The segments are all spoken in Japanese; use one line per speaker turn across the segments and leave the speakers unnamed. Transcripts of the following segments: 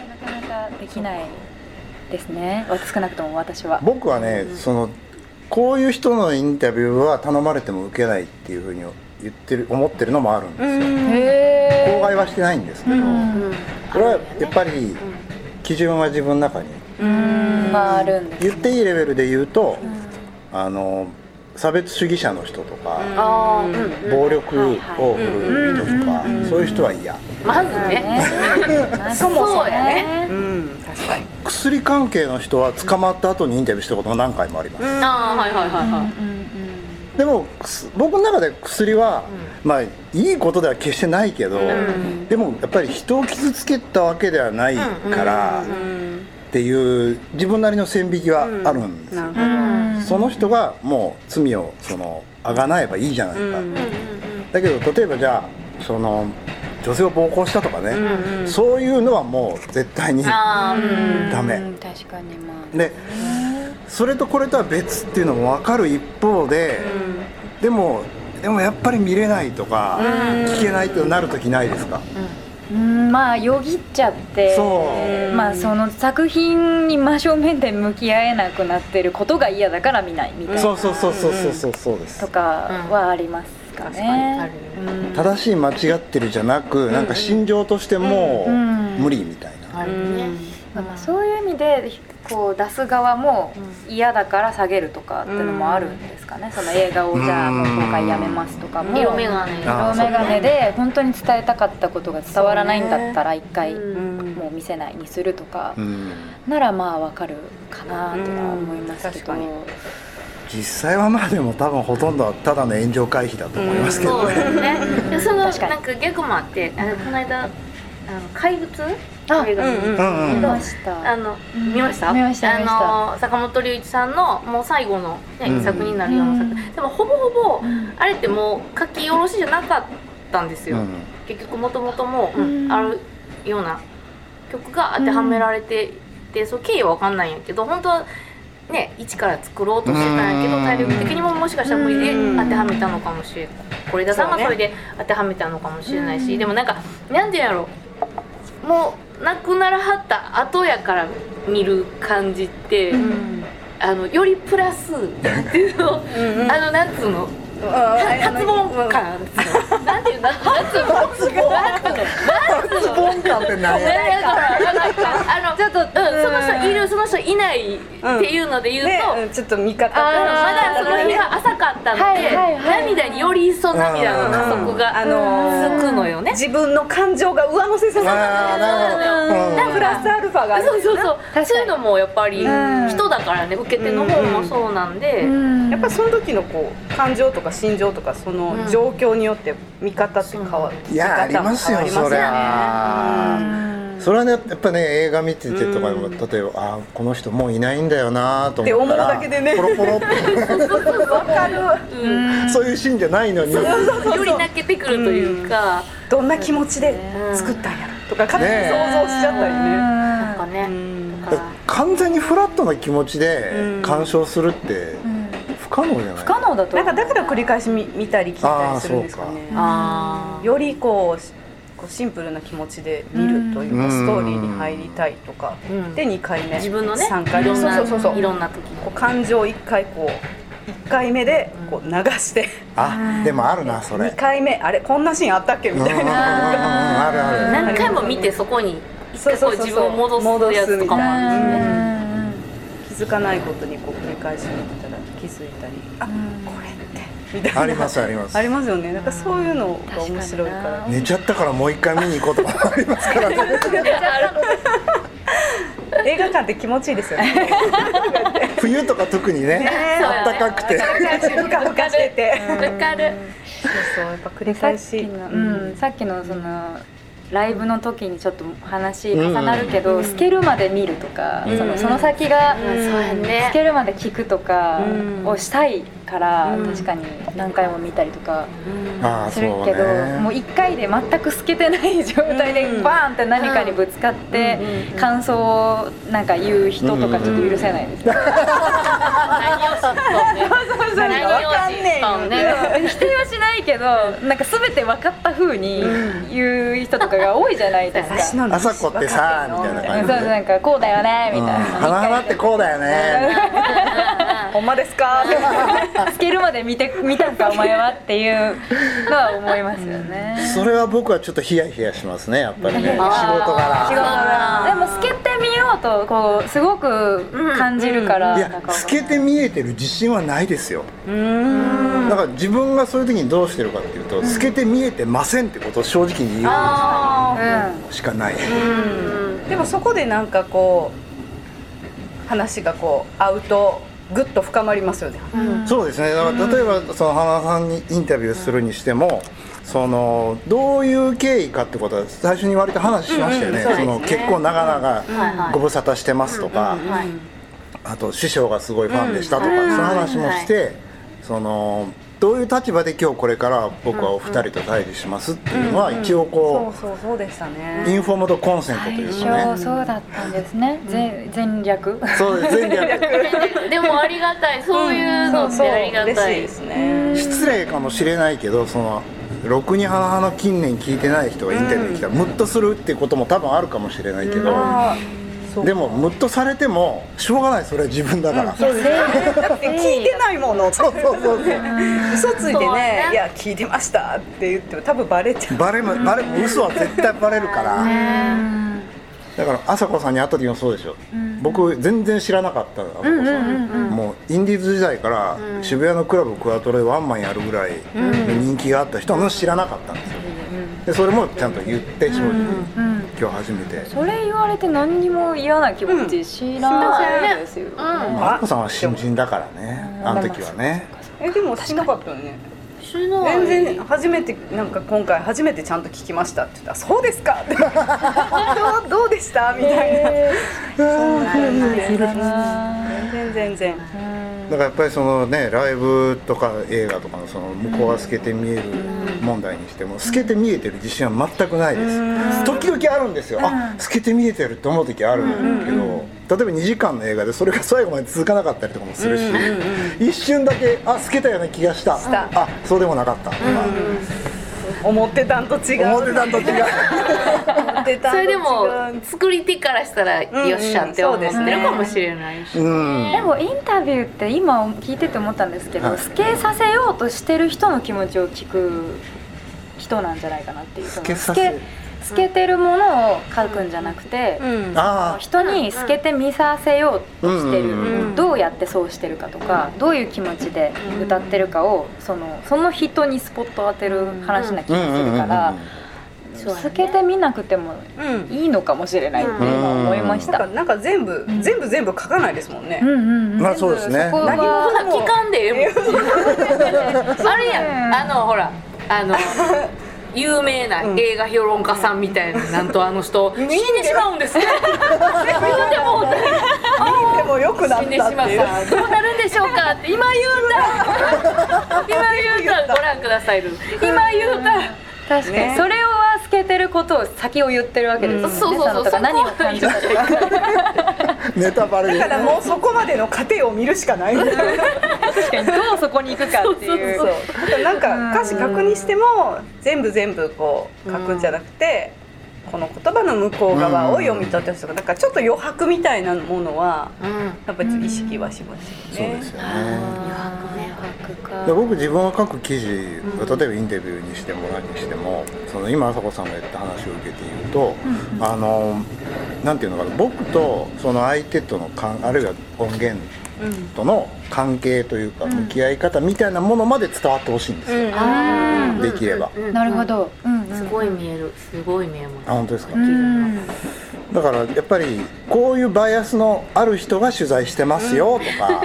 はできないですねわ少なくとも私は
僕はね、
うん
そのこういう人のインタビューは頼まれても受けないっていうふうに言ってる思ってるのもあるんですよ、
へ
妨害はしてないんですけど、
うん
これはやっぱり基準は自分の中に
うんまああるんです
言っていいレベルで言うと、
うん
あの差別主義者の人とか、
あーうん
暴力を振るう人とか、
うんうん
そういう人は嫌
まず
まあ
ね
ね
そもそもや
ね
うん確かに
薬関係の人は捕まった後にインタビューしたことも何回もあります、
あーはいはいはいはい
うんうん
でもくす僕の中で薬は、まあいいことでは決してないけど、
ん
でもやっぱり人を傷つけたわけではないからっていう自分なりの線引きはあるんですよ、
なるほ
う
ど
ん
その人がもう罪をそのあがなえばいいじゃないか、
うん
だけど例えばじゃあその女性を暴行したとかね、そういうのはもう絶対に
あー
ダメ
うん確かにまあ
でそれとこれとは別っていうのも分かる一方で、でもでもやっぱり見れないとか、聞けないとなるときないですか、
うんまあよぎっちゃって
そう
まあその作品に真正面で向き合えなくなってることが嫌だから見ないみたい
そ
な
うそうそうそうそうそうそうです、
とかはありますか
確かにあ
ね
るね
うん
正しい間違ってるじゃなく、なんか心情としても
うん
無理みたいな、
あるね
まあまあそういう意味でこう出す側も嫌だから下げるとかってのもあるんですかね、その映画をじゃあ
うん
もう今回やめますとかも
色眼鏡
あ
色眼鏡で本当に伝えたかったことが伝わらないんだったら一回
うん
うん
もう見せないにするとか
うん
ならまあわかるかなとは思いますけど、
うん
実際はまあでも多分ほとんどはただの炎上回避だと思いますけど
そう
ね、
だねでそのなん
確かに
かギャグもあってあのこの間あの怪物
あ
映画
うんうん
うん
見
うん
ました
あの
うん
見ました
見ました見ました
あの坂本龍一さんのもう最後の、ね
うん
遺作になるような
う
作、
ん
でもほぼほぼ
うん
あれってもう書き下ろしじゃなかったんですよ、
うん
結局もともともう、
うん
あるような曲が当てはめられてて、そう経緯は分かんないんやけど本当はね一から作ろうとしてたんやけど、
うん
体力的にももしかしたら無理で
うん
当てはめたのかもしれない是枝さんがそれで当てはめたのかもしれないし、でもなんかなんていうんやろもう亡くならはった後やから見る感じって、
うん
あのよりプラスなんていうの、
んうん
あのなんつうの
発
発問感なんていうなんなんつうのなんつうのなんつうの
ボンカンって何
ねだからなんかあ のちょっと、うん、その人いるその人いないっていうので言うと、
ねちょっと見方
あのまだその日
ね
が浅かったので、
はいはいはい
涙により一層涙の加速が、
あの
つくのよね。
自分の感情が上乗せされ
あー
た
なるほど、うん
なん
プラスアルファがある
そうそうそう
確かに
そういうのもやっぱり
うん
人だからね受け手の方もそうなんで、
うん
やっぱりその時のこう感情とか心情とかその状況によって見方って変わる、
いやありますよそりゃ、それはねやっぱね映画見ててとかでも、例えばあーこの人もういないんだよなと思ったら
って思うだけでね
ポロポロって
わかる
そういうシーンじゃないのに
より泣けてくるというか、
どんな気持ちで作ったんやろとか勝手に
ね
想像しちゃったりね
なんか
う
ね、
ん
だから
完全にフラットな気持ちで鑑賞するって
うん
不可能じゃない
不可能だと
なんかだから繰り返し見見たり聞いたりするんですかね
あー
よりこうしこうシンプルな気持ちで見るという
う
か
ん
ストーリーに入りたいとか
うん
で2回目
自分のね
3回目
いろんな
そうそうそうそう
いろんな時
こう感情1回こう1回目でこう流して
あでもあるなそれ
2回目あれこんなシーンあったっけみた
う
い
んうんうん
な
あるある
何回も見てそこに一回こう自分を戻すやつとかもあるしね
気づかないことにこう繰り返し見てたら気づいたりあこれってみたいな
ありますあります
ありますよねなんかそういうのが面白いか
確
ら
か
寝ちゃったからもう一回見に行こう とかありますからね
映画館って気持ちいいですよね
冬とか特にね
そう
あ
や
っ
ね
たかくて
ふかふかしてて
わかる
そうそうやっぱ繰り
でさっ
返
き
し
の、うん、さっきのそのライブの時にちょっと話重なるけど、透けるまで見るとか、
うん
そのその先が、
うんそうやね
透けるまで聞くとかをしたいから、
うん
確かに何回も見たりとか
ああ
す
そう
るけど
ね
もう1回で全く透けてない状態
う
で
ん
バーンって何かにぶつかって感想をなんか言う人とかちょっと許せないですね。
何をしとんねん何をしとんねん
否定はしないけどなんか全て分かった風に言う人とかが多いじゃないですか。
私の
朝子ってさみたいな
そ
感
う
じ
そうな
で
んかこうだよねみ
うん
たいな。
花々ってこうだ よね
ほんまですか
透けるまで見て 見たんかお前はっていうのは思いますよね。
それは僕はちょっとヒヤヒヤしますねやっぱりね仕
違
事
う
柄
なでも透けて見ようとこうすごく感じるから、
い
な
や
んか
透けて見えてる自信はないですよだから自分がそういう時にどうしてるかっていうと透けて見えてませんってことを正直に言う
あ
しかない
でもそこでなんかこう話がこう合うとぐっと深まりますよね。
そうですねだから例えばその花さんにインタビューするにしてもそのどういう経緯かってことは最初に割と話しましたよね,、
うんうん
そ
そう
の
ですね
結構長
はいは
々
い
ご無沙汰してますとか、
ーはい
あと師匠がすごいファンでしたとか、
うん
その話もして、そのどういう立場で今日これから僕はお二人と対峙しますっていうのは一応
そ
こ
うそうそうでした
う、
ね。
インフォームドコンセントという
最
か
初
ね
そうだったんですね、ぜ全略
そうです全略
でもありがたいそういうのってありが
嬉
た
しい
い
ですね。
失礼かもしれないけどそのろくに花々近年聞いてない人がインタビューに来たら、ムッとするっていうことも多分あるかもしれないけど、
あそう
でもムッとされてもしょうがないそれは自分だから、そう
ですね。だって聞いてないもの。
そうそうそう
嘘つい
そうね
てね、いや聞いてましたって言っても多分バレちゃ う。
バレもバレも嘘は絶対バレるから、だから朝子さんに会った時もそうでしょ、僕全然知らなかったの朝子さん、もうインディーズ時代から渋谷のクラブクワトロでワンマンやるぐらい人気があった人も知らなかったんですよ、でそれもちゃんと言って正直に、今日初めて、
それ言われて何にも嫌な気持ちしないですよ、
うん
まあ、アッコさんは新人だからねあの時はね
えでもしなかったよね。
しない
全然初めてなんか今回初めてちゃんと聞きましたって言ったらそうですか ってどうどうでしたみたいな。全然全然。
だからやっぱりそのねライブとか映画とかのその向こうは透けて見える問題にしても透けて見えてる自信は全くないです時々あるんですよあ透けて見えてると思う時あるけど例えば2時間の映画でそれが最後まで続かなかったりとかもするし一瞬だけあ透けたような気がした
した
あそうでもなかったとか
思ってたんと違う。
思ってたんと違う
思ってた
そ
んと違
れ
う
でも作り手からしたらよっしゃって思ってるかもしれないし、
うん
でもインタビューって今聞いてて思ったんですけど、
はい
透けさせようとしてる人の気持ちを聞く人なんじゃないかなっていう
透けさせ
透け透けてるものを書くんじゃなくて、
あ
人に透けて見させようとしてる、
うんうん
うん
どうやってそうしてるかとか、どういう気持ちで歌ってるかをそのその人にスポットを当てる話な気
あう
が
んう
す
ん
る
うんう
か
ん
ら、
そうやね
透けて見なくても
うん。
いいのかもしれないって今思いまし
なん
た。
かなんか全部全部全部書かないですもんね
う ん。うんうん
まあそうですね
そこは
何
ほら聞かんでええもんあれやんあのほらあの有名な映画評論家さんみたいな、なんとあの人死んでしまうんですよ言うてもうた
でも良くなっ
死んで
たっ
しまってた
いう。
どうなるんでしょうかって今言うんだ今言うんだご覧ください今言うんだ
確か
ね
にそれをは透けてることを先を言ってるわけですよね。
そうそうそう
と
そ
か
こ
何を感じたとか。
ネタバレで
だからもうそこまでの過程を見るしかないみたいな。
確かにどうそこに行くかっていう。
そうあとなんか歌詞書くにしても全部全部こう書くんじゃなくて、この言葉の向こう側を読み取ってほしいとかなんかちょっと余白みたいなものは
うん
やっぱり意識はします
そ
よ
う
ね
で。すよね
か
で僕自分が書く記事例えばインタビューにしても何にしてもその今朝子さんが言った話を受けて言うと、あのなんていうのかな僕とその相手とのかんあるいは音源との関係というか向き合い方みたいなものまで伝わってほしいんですよ、
あー
できれば
うんうんうん
なるほど。うん
すごい見えるすごい見えます
あ本当ですか、
うん。
だからやっぱりこういうバイアスのある人が取材してますよとか、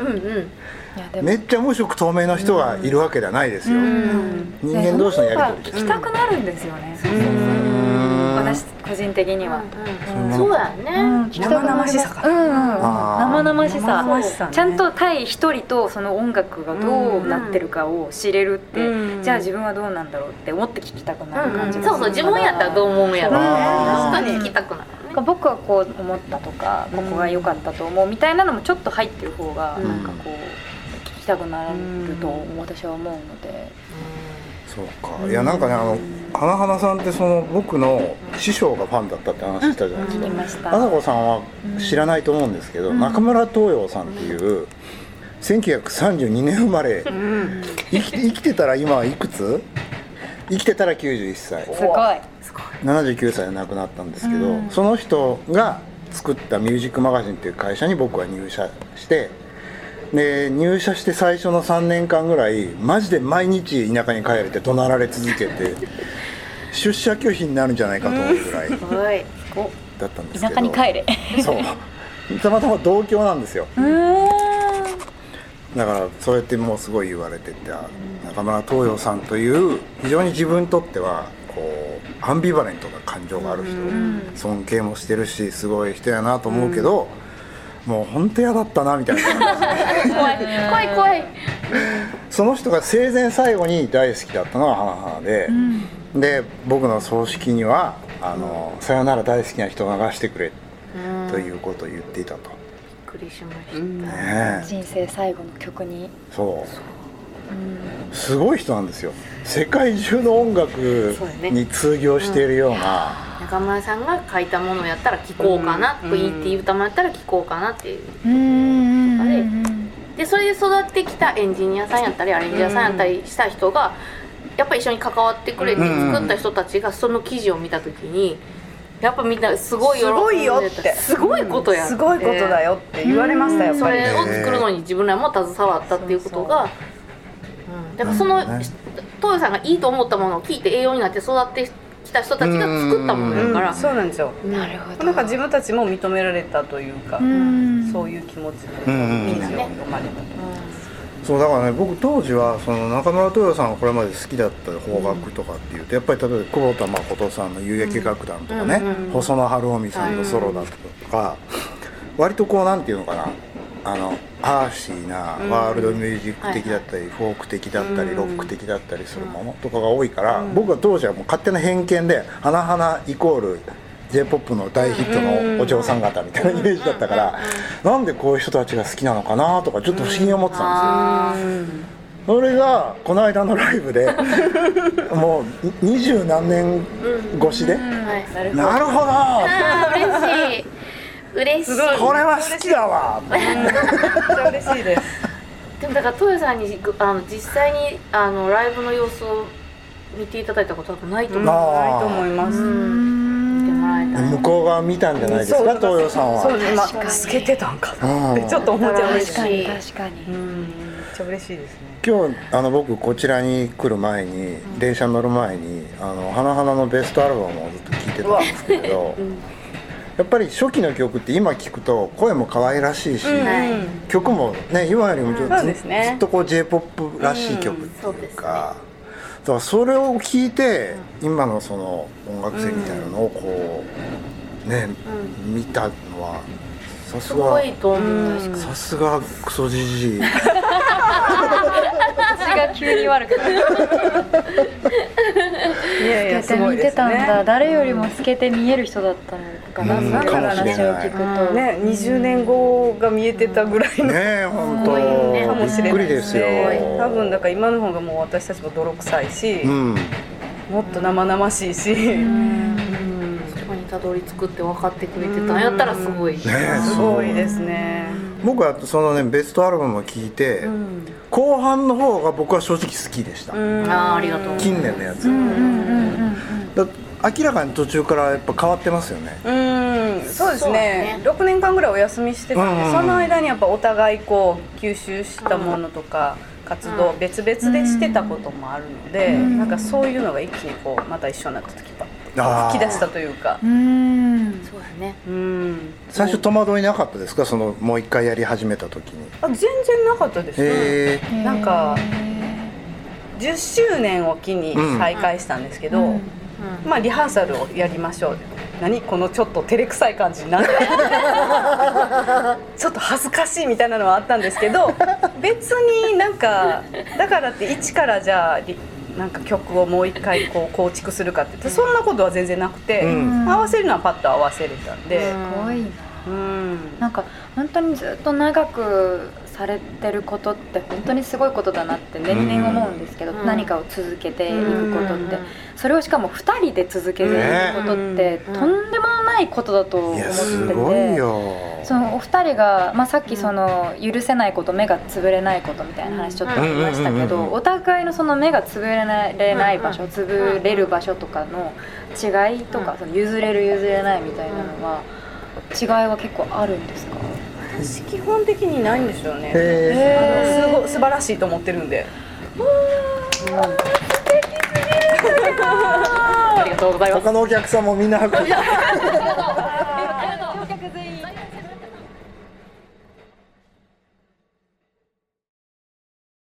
うんうん
いやでも
めっちゃ無色透明の人がいるわけではないですよ、人間同士のやり取りです
行きたくなるんですよね。
う
私個人的には、
そうやね
聞きたくなりま
生々し
す
さか
うんうん
あー
生々しさ
生々しさね
ちゃんと対一人とその音楽がどうなってるかを知れるって、
うん
じゃあ自分はどうなんだろうって思って聞きたくなる感じが
そうそう自分やったらどう思うんやろうね
あ
ー
確かに聞きたくなるね
僕はこう思ったとかここが良かったと思うみたいなのもちょっと入ってる方が
うん
なんかこう聞きたくなると私は思うので
そうかいやなんかねあの花花さんってその僕の師匠がファンだったって話したじゃないです
聞
か
きました
朝子さんは知らないと思うんですけど、中村東洋さんっていう1932年生まれ、生き生きてたら今はいくつ生きてたら91歳
すごい
79歳で亡くなったんですけど、その人が作った「ミュージックマガジン」っていう会社に僕は入社してで入社して最初の3年間ぐらいマジで毎日田舎に帰れて怒鳴られ続けて出社拒否になるんじゃないかと思うぐらいだ
はい
ったんですけど
田舎に帰れ
そうたまたま同居なんですよだからそうやってもうすごい言われててあ中村東洋さんという非常に自分にとってはこうアンビバレントな感情がある人、尊敬もしてるしすごい人やなと思うけど、もう本当嫌だったなみたいな
怖い怖い怖い
その人が生前最後に大好きだったのが花々で、で僕の葬式にはあの「さよなら大好きな人を流してくれ」ということを言っていたと。
びっくりしました
ねえ
人生最後の曲に
そう、すごい人なんですよ世界中の音楽
そうやね
に通行しているような
中村さんが書いたものやったら聞こうかな、
うん
いいっていう歌もやったら聞こうかなっていう
うん
うんうんでそれで育ってきたエンジニアさんやったりアレンジャーさんやったりした人がやっぱ一緒に関わってくれて
うん
作った人たちがその記事を見た時にやっぱみんなすごい
す
喜んで
ごいよって
すごいことやって
すごいことだよって言われましたやっ
そ
ぱり
れを作るのに自分らも携わったっていうことが、うん、だからその
うんね
東洋さんがいいと思ったものを聞いて栄養になって育ってきた人たちが作ったもの
う
やから、
んそうなんですよ
なるほど
なんか自分たちも認められたというか
ん
そういう気持ちで
う
記
んうんうん
事を読まれたと
そうだからね僕当時はその中村豊さんがこれまで好きだった方角とかっていうとやっぱり例えば久保田誠さんの夕焼け楽団とかね、細野晴臣さんのソロだとか、割とこうなんていうのかなあのアーシーなワールドミュージック的だったり、フォーク的だったり、ロック的だったりするものとかが多いから、僕は当時はもう勝手な偏見で「花々イコール j p o p の大ヒットのお嬢さん方みたいなイメージだったから、なんでこういう人たちが好きなのかなとかちょっと不思議に思ってたんですよ。
あ
それがこの間のライブ でもう二十何年越しで、
ーはいなる
なるほど
嬉しい嬉しい
これは好きだわ
めっちゃ嬉しいです
でもだから豊さんにあの実際にあのライブの様子を見ていただいたことはないと思う、
ないと思います
うん見てもらえたら
向こう側見たんじゃないです
そう
か東洋さん
そう
は
です
確かに
まあ透けてたんかな
う
っ
ん
てちょっと思っちゃ
嬉
うんで
しい
す
確かに確かに
うんめっちゃ嬉しいですね
今日あの僕こちらに来る前に電車に乗る前に「あの花々のベストアルバムをずっと聴いてたんですけど、やっぱり初期の曲って今聴くと声も可愛らしいし、
うん
曲もね今よりもちょっと
うん
ず,、
そうですね
っとこう j p o p らしい曲っていうか、だからそれを聴いて今のその音楽性みたいなのをこうね、見たのはさ
す
す
ご
が
いと思う確か
さすがクソじ じい
私が急に悪くなる
いやいや
透け
す
て
ご
見
い
て
です
たん
ね
だ、誰よりも透けて見える人だったのかな、
うん
そういう話を聞
か
くと、
ね20年後が見えてたぐらいの
ねえ本当、
かも
び
し
っ
れ
く
な
り
い
ですよ、
ね多分だから今の方がもう私たちも泥臭いし、
うん
もっと生々しいし、
そこにたどり着くって分かってくれてたんやったらすごい、
ね
すごいですね、
僕はそのねベストアルバムを聴いて、後半の方が僕は正直好きでした、
ああありがとう
近年のやつ、だ明らかに途中からやっぱ変わってますよね、
うんそうです
そうね
ね6年間ぐらいお休みしてたんで、
うん
その間にやっぱお互いこう吸収したものとか活動
うん
別々でしてたこともあるので、なんかそういうのが一気にこうまた一緒になった時パッ
あー
と吹き出したというか
うん
そうだね
うん
最初戸惑いなかったですかそのもう一回やり始めた時に
あ全然なかったですね
へえ
なんか10周年を機に
うん
再開したんですけど、
うん
まあリハーサルをやりましょう何このちょっと照れくさい感じなんだちょっと恥ずかしいみたいなのはあったんですけど別になんかだからって一からじゃあリなんか曲をもう一回こう構築するかってそんなことは全然なくて、
うん
合わせるのはパッと合わせれたんで、
すごいな
うん
なんか本当にずっと長くされてることって本当にすごいことだなって年々思うんですけど、
うん
何かを続けていくことって、
うん
それをしかも2人で続けることって、
ね
とんでもないことだと思っ
い
て
や
て。
すごいよ
そのお二人が、まあ、さっきその許せないこと目が潰れないことみたいな話ちょっとありましたけ
うんうんうんうん
どお互いのその目が潰れない場所
うん
潰れる場所とかの違いと
う
か
ん
その譲れる譲れないみたいなのは違いは結構あるんですか
私基本的にないんですよね
へ
へー
あのすご素晴らしいと思ってるんで
ありがとうござい
え
ます
他のお客さんもみんな拍手